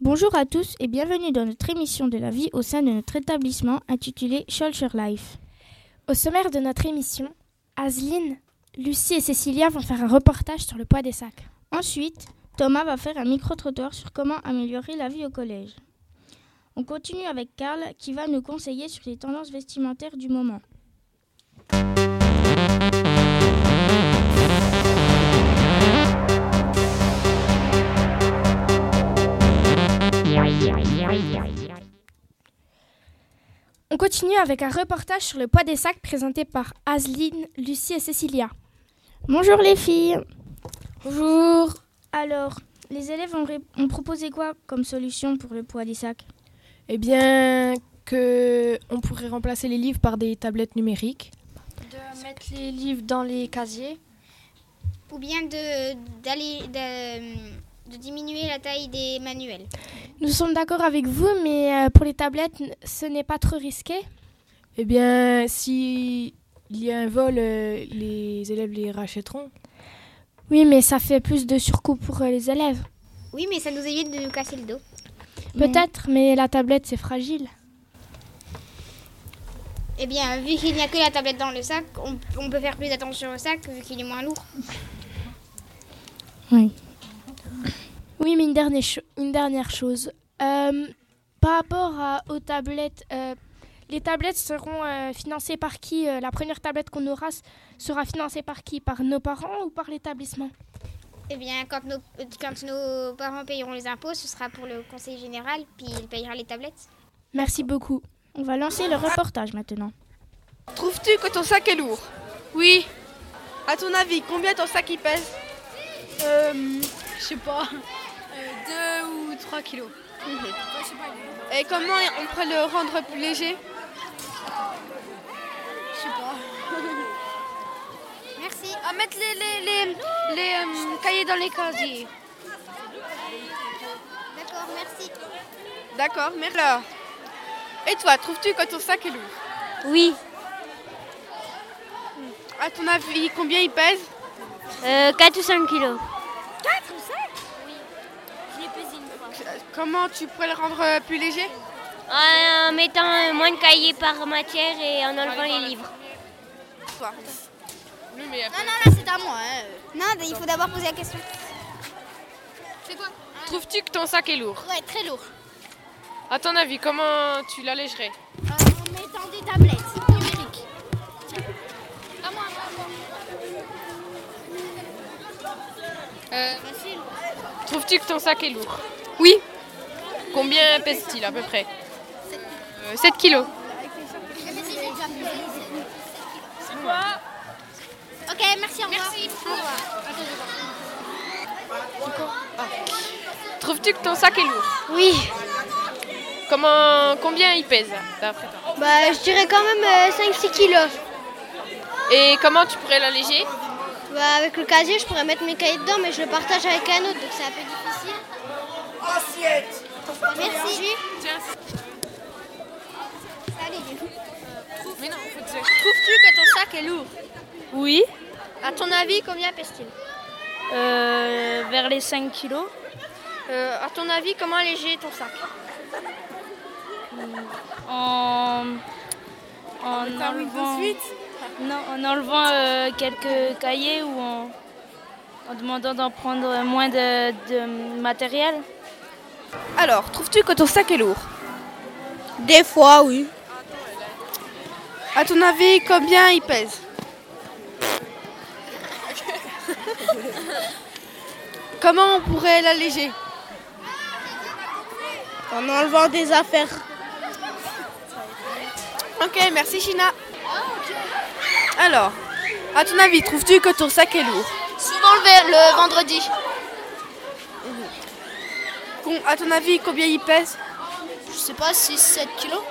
Bonjour à tous et bienvenue dans notre émission de la vie au sein de notre établissement intitulée Schulcher Life. Au sommaire de notre émission, Aseline, Lucie et Cécilia vont faire un reportage sur le poids des sacs. Ensuite, Thomas va faire un micro-trottoir sur comment améliorer la vie au collège. On continue avec Karl qui va nous conseiller sur les tendances vestimentaires du moment. On continue avec un reportage sur le poids des sacs présenté par Aseline, Lucie et Cécilia. Bonjour les filles Bonjour. Alors, les élèves ont, ré- ont proposé quoi comme solution pour le poids des sacs Eh bien, que on pourrait remplacer les livres par des tablettes numériques. de mettre les livres dans les casiers. ou bien de, d'aller, de, de diminuer la taille des manuels. Nous sommes d'accord avec vous, mais euh, pour les tablettes, n- ce n'est pas trop risqué. Eh bien, si il y a un vol, euh, les élèves les rachèteront. Oui, mais ça fait plus de surcoût pour euh, les élèves. Oui, mais ça nous évite de nous casser le dos. Peut-être, mais la tablette, c'est fragile. Eh bien, vu qu'il n'y a que la tablette dans le sac, on, on peut faire plus attention au sac vu qu'il est moins lourd. Oui, mais une dernière, cho- une dernière chose. Euh, par rapport à- aux tablettes, euh, les tablettes seront euh, financées par qui Euh, La première tablette qu'on aura s- sera financée par qui Par nos parents ou par l'établissement Eh bien, quand nos, quand nos parents payeront les impôts, ce sera pour le conseil général, puis il payera les tablettes. Merci beaucoup. On va lancer le reportage maintenant. Trouves-tu que ton sac est lourd Oui. À ton avis, combien ton sac y pèse Euh, Je sais pas, 2 ou 3 kilos. Et comment on pourrait le rendre plus léger Je sais pas. Merci. À mettre les, les, les, les, euh, cahiers dans les casiers. D'accord, merci. D'accord, mais alors Et toi, trouves-tu que ton sac est lourd Oui, À ton avis, combien il pèse euh, 4 ou 5 kilos. Comment tu pourrais le rendre euh, plus léger En mettant euh, moins de cahiers par matière et en enlevant les livres. Toi. Oui, mais Non, non, là, c'est à moi. hein. Non, il faut d'abord poser la question. Trouves-tu que ton sac est lourd Ouais, très lourd. À ton avis, comment tu l'allégerais Euh, en mettant des tablettes numériques. Trouves-tu que ton sac est lourd Oui. Combien pèse-t-il à peu près 7 kilos. Ok, merci, au revoir. Au revoir. Trouves-tu que ton sac est lourd Oui, Comment, Combien il pèse d'après toi bah je dirais quand même 5-6 kilos. Et comment tu pourrais l'alléger Bah avec le casier, je pourrais mettre mes cahiers dedans, mais je le partage avec un autre, donc c'est un peu difficile. Merci. Trouves-tu que ton sac est lourd Oui. À ton avis, combien pèse-t-il Euh, vers les 5 kilos. Euh, À ton avis, comment alléger ton sac En, en enlevant, non, en enlevant euh, quelques cahiers ou en, en demandant d'en prendre moins de, de matériel. Alors, trouves-tu que ton sac est lourd Des fois, oui. À ton avis, combien il pèse Comment on pourrait l'alléger En enlevant des affaires. Ok, merci China. Alors, à ton avis, trouves-tu que ton sac est lourd Souvent le, le vendredi. Con- À ton avis, combien il pèse Je sais pas, 6-7 kilos.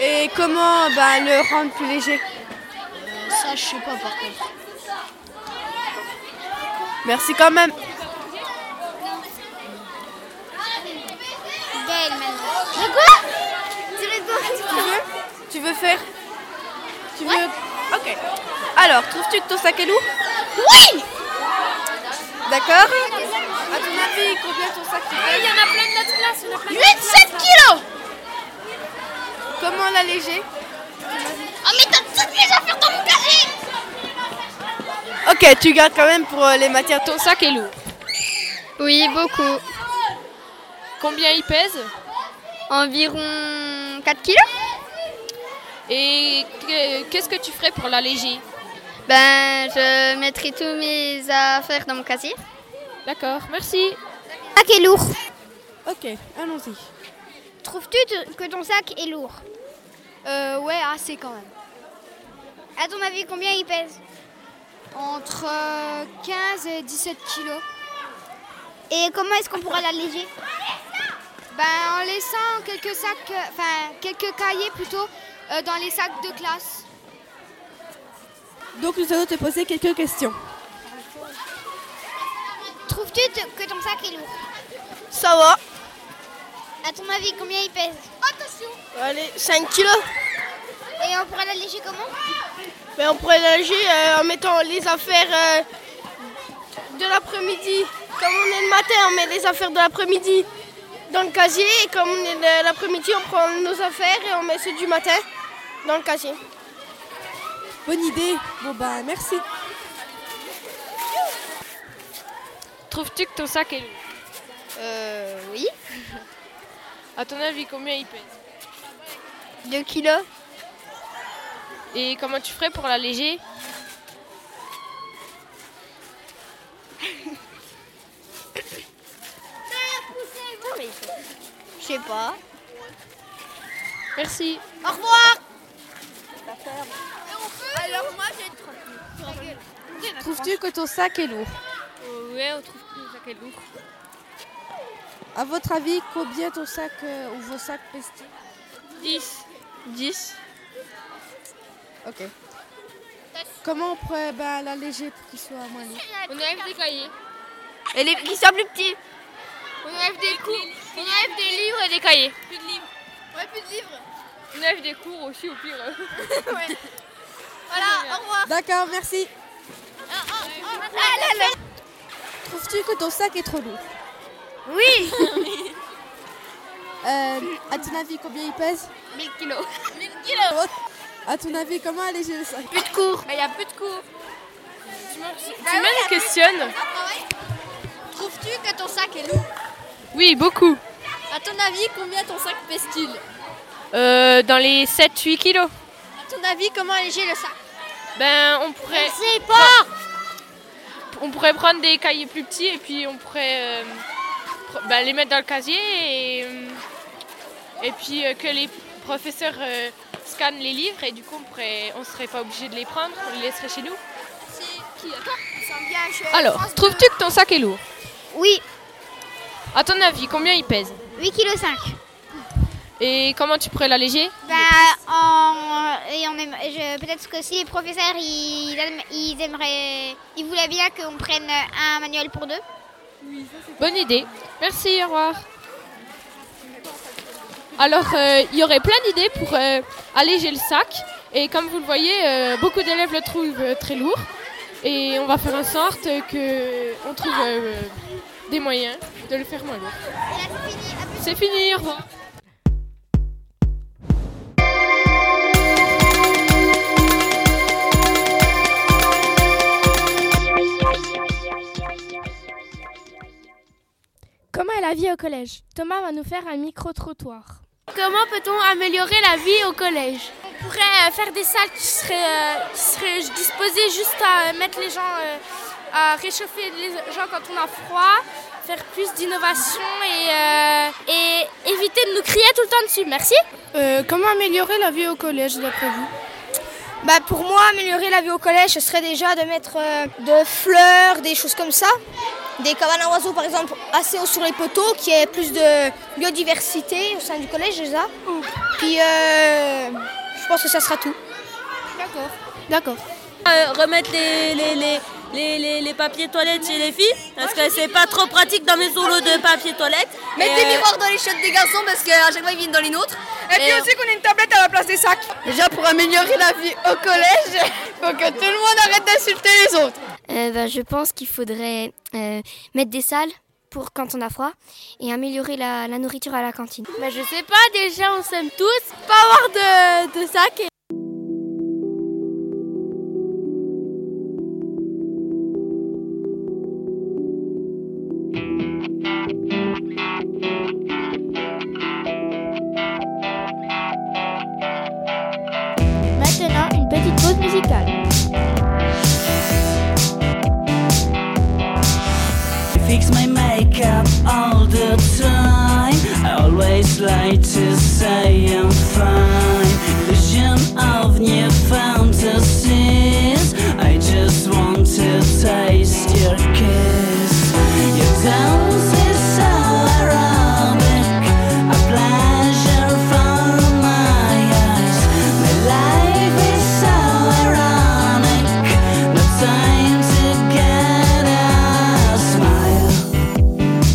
Et comment bah, le rendre plus léger Ça, Ah, je sais pas par contre. Merci quand même. Belle, Mais quoi Tu Tu veux Tu veux faire Tu veux Ok. Alors, trouves-tu que ton sac est lourd Oui D'accord À ton avis, combien ton sac il Il y pèse en a plein de notre classe, on a plein de 7 kilos Comment l'alléger Oh mais t'as toutes les affaires dans mon casier Ok, tu gardes quand même pour euh, les matières. Ton sac est lourd. Oui, beaucoup. Combien il pèse Environ 4 kilos Et que- qu'est-ce que tu ferais pour l'alléger Ben, je mettrai tous mes affaires dans mon casier. D'accord, merci. Sac est Ah, lourd. Ok, allons-y. Trouves-tu te- que ton sac est lourd Euh ouais, assez quand même. À ton avis, combien il pèse Entre euh, 15 et 17 kilos. Et comment est-ce qu'on pourra l'alléger Ben, en laissant quelques sacs, euh, enfin quelques cahiers plutôt, euh, dans les sacs de classe. Donc nous allons te poser quelques questions. Trouves-tu te- que ton sac est lourd Ça va À ton avis, combien il pèse Attention Allez, 5 kilos. Et on pourra l'alléger comment Mais on pourrait l'alléger euh, en mettant les affaires euh, de l'après-midi. Comme on est le matin, on met les affaires de l'après-midi dans le casier. Et comme on est le- l'après-midi, on prend nos affaires et on met ceux du matin dans le casier. Bonne idée. Bon bah merci. Trouves-tu que ton sac est lourd Euh, oui. À ton avis, combien il pèse 2 kilos Et comment tu ferais pour l'alléger Je sais pas. Merci. Trouves-tu que ton sac est lourd Euh, ouais, on trouve que ton sac est lourd. À votre avis, combien ton sac euh, ou vos sacs pèsent 10. 10 Ok. Comment on pourrait bah, l'alléger pour qu'il soit moins lourd On enlève des cahiers. Et les, qui sont plus petits On enlève des cours. On enlève des livres et des cahiers. Ouais, plus de livres. On enlève des cours aussi au pire. Voilà, au revoir. D'accord, merci. Ah, Trouves-tu que ton sac est trop lourd ah, Oui Euh, À ton avis, combien il pèse Oh. 1000 kilos. À ton avis, comment alléger le sac Plus de cours. Il n'y a plus de cours. Bah Tu me questionnes Ah, Trouves-tu que ton sac est lourd Oui, beaucoup. À ton avis, combien ton sac pèse-t-il Euh, dans les 7-8 kilos. À ton avis, comment alléger le sac Ben, on pourrait, sais pas on pourrait prendre des cahiers plus petits et puis on pourrait euh, pr- ben, les mettre dans le casier et, euh, et puis euh, que les professeurs euh, scannent les livres et du coup on, pourrait, on serait pas obligé de les prendre, on les laisserait chez nous. Alors, trouves-tu que ton sac est lourd Oui, À ton avis, combien il pèse 8 kilos 5. Et comment tu pourrais l'alléger Bah, en, et en même- je- peut-être que si les professeurs ils, aim- ils aimeraient, ils voulaient bien qu'on prenne un manuel pour deux. Bonne idée. Merci, au revoir. Alors, euh, il y aurait plein d'idées pour euh, alléger le sac. Et comme vous le voyez, euh, beaucoup d'élèves le trouvent euh, très lourd. Et on va faire en sorte qu'on trouve euh, des moyens de le faire moins lourd. C'est fini, au revoir. Comment est la vie au collège Thomas va nous faire un micro-trottoir. Comment peut-on améliorer la vie au collège On pourrait euh, faire des salles qui seraient, euh, qui seraient disposées juste à euh, mettre les gens, euh, à réchauffer les gens quand on a froid, faire plus d'innovation et, euh, et éviter de nous crier tout le temps dessus. Merci. Euh, comment améliorer la vie au collège d'après vous Bah pour moi, améliorer la vie au collège, ce serait déjà de mettre euh, de fleurs, des choses comme ça. Des cabanes à oiseaux par exemple assez haut sur les poteaux, qui ait plus de biodiversité au sein du collège déjà. Puis euh, je pense que ça sera tout. D'accord. remettre les, papiers toilettes chez les filles, parce que c'est pas trop pratique dans mes rouleaux de papier toilette. Mettre des miroirs dans les chiottes des garçons parce qu'à chaque fois ils viennent dans les nôtres. Et puis aussi qu'on ait une tablette à la place des sacs. Déjà pour améliorer la vie au collège, faut que tout le Euh, bah, monde arrête d'insulter les autres. je pense qu'il faudrait mettre des salles pour quand on a froid et améliorer la, la nourriture à la cantine. Mais je sais pas, déjà on s'aime tous. Pas avoir de, de sac. et- Maintenant, une petite pause musicale. fix my makeup all the time. I always like to say I'm fine. Illusion of new fantasies. I just want to taste your kiss. Your dance is so aerobic, a pleasure for my eyes. My life is so ironic, no time to get a smile.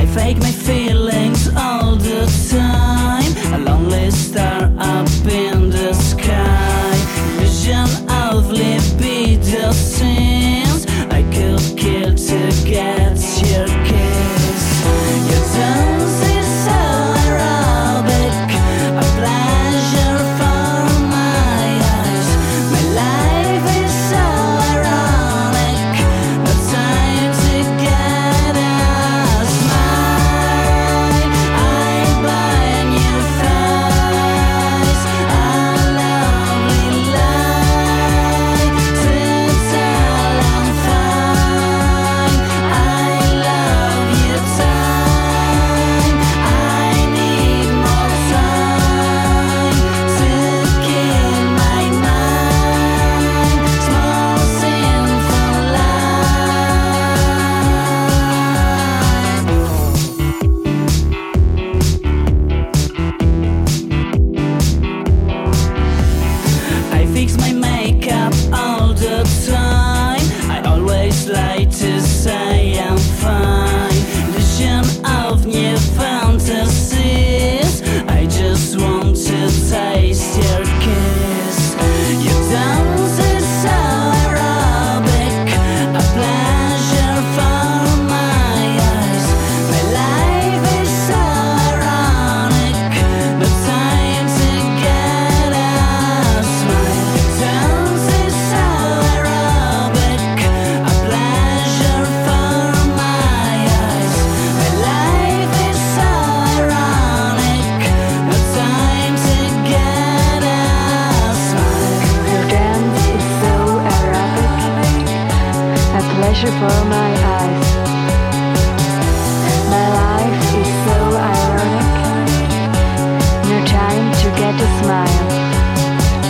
I fake my feelings all the time. A lonely star up in the sky. Illusion of libido sins. I could kill to get your kiss. Your dance is so aerobic. A pleasure for my eyes. My life is so ironic. No time to get a smile. I buy a new face, a lovely lie to tell I'm fine. I love you time. I need more time to kill my mind. Small sinful lies. I fix my makeup all the time. I always like to say I'm fine. Vision of new fantasies. I just want to taste your kiss. Your dance is so aerobic, a pleasure for my eyes. My life is so ironic, no time to get a smile. Your dance is so aerobic, a pleasure for my eyes. My life is so ironic, no time to get a smile. Your dance is so erotic, a pleasure for my eyes. My life is so ironic, no time to get a smile.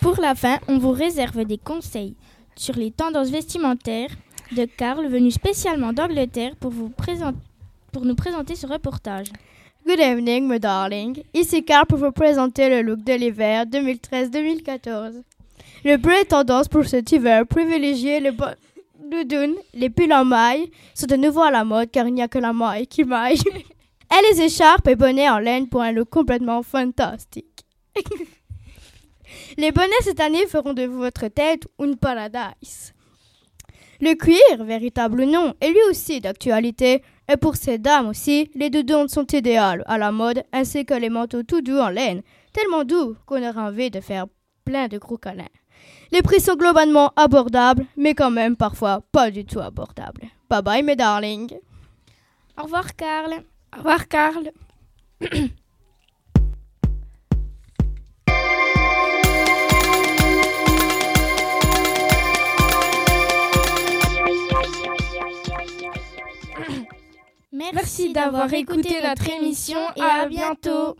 Pour la fin, on vous réserve des conseils sur les tendances vestimentaires de Karl, venu spécialement d'Angleterre pour, vous présent- pour nous présenter ce reportage. Good evening, my darling. Ici Carl pour vous présenter le look de l'hiver 2013-2014. Le bleu est tendance pour cet hiver. Privilégiez le bon doudoune, les pulls en maille sont de nouveau à la mode car il n'y a que la maille qui maille. et les écharpes et bonnets en laine pour un look complètement fantastique. les bonnets cette année feront de votre tête une paradise. Le cuir, véritable ou non, est lui aussi d'actualité. Et pour ces dames aussi, les doudounes sont idéales à la mode, ainsi que les manteaux tout doux en laine, tellement doux qu'on aura envie de faire plein de gros câlins. Les prix sont globalement abordables, mais quand même parfois pas du tout abordables. Bye bye mes darlings. Au revoir, Karl. Au revoir, Karl. Merci d'avoir écouté notre émission et à bientôt.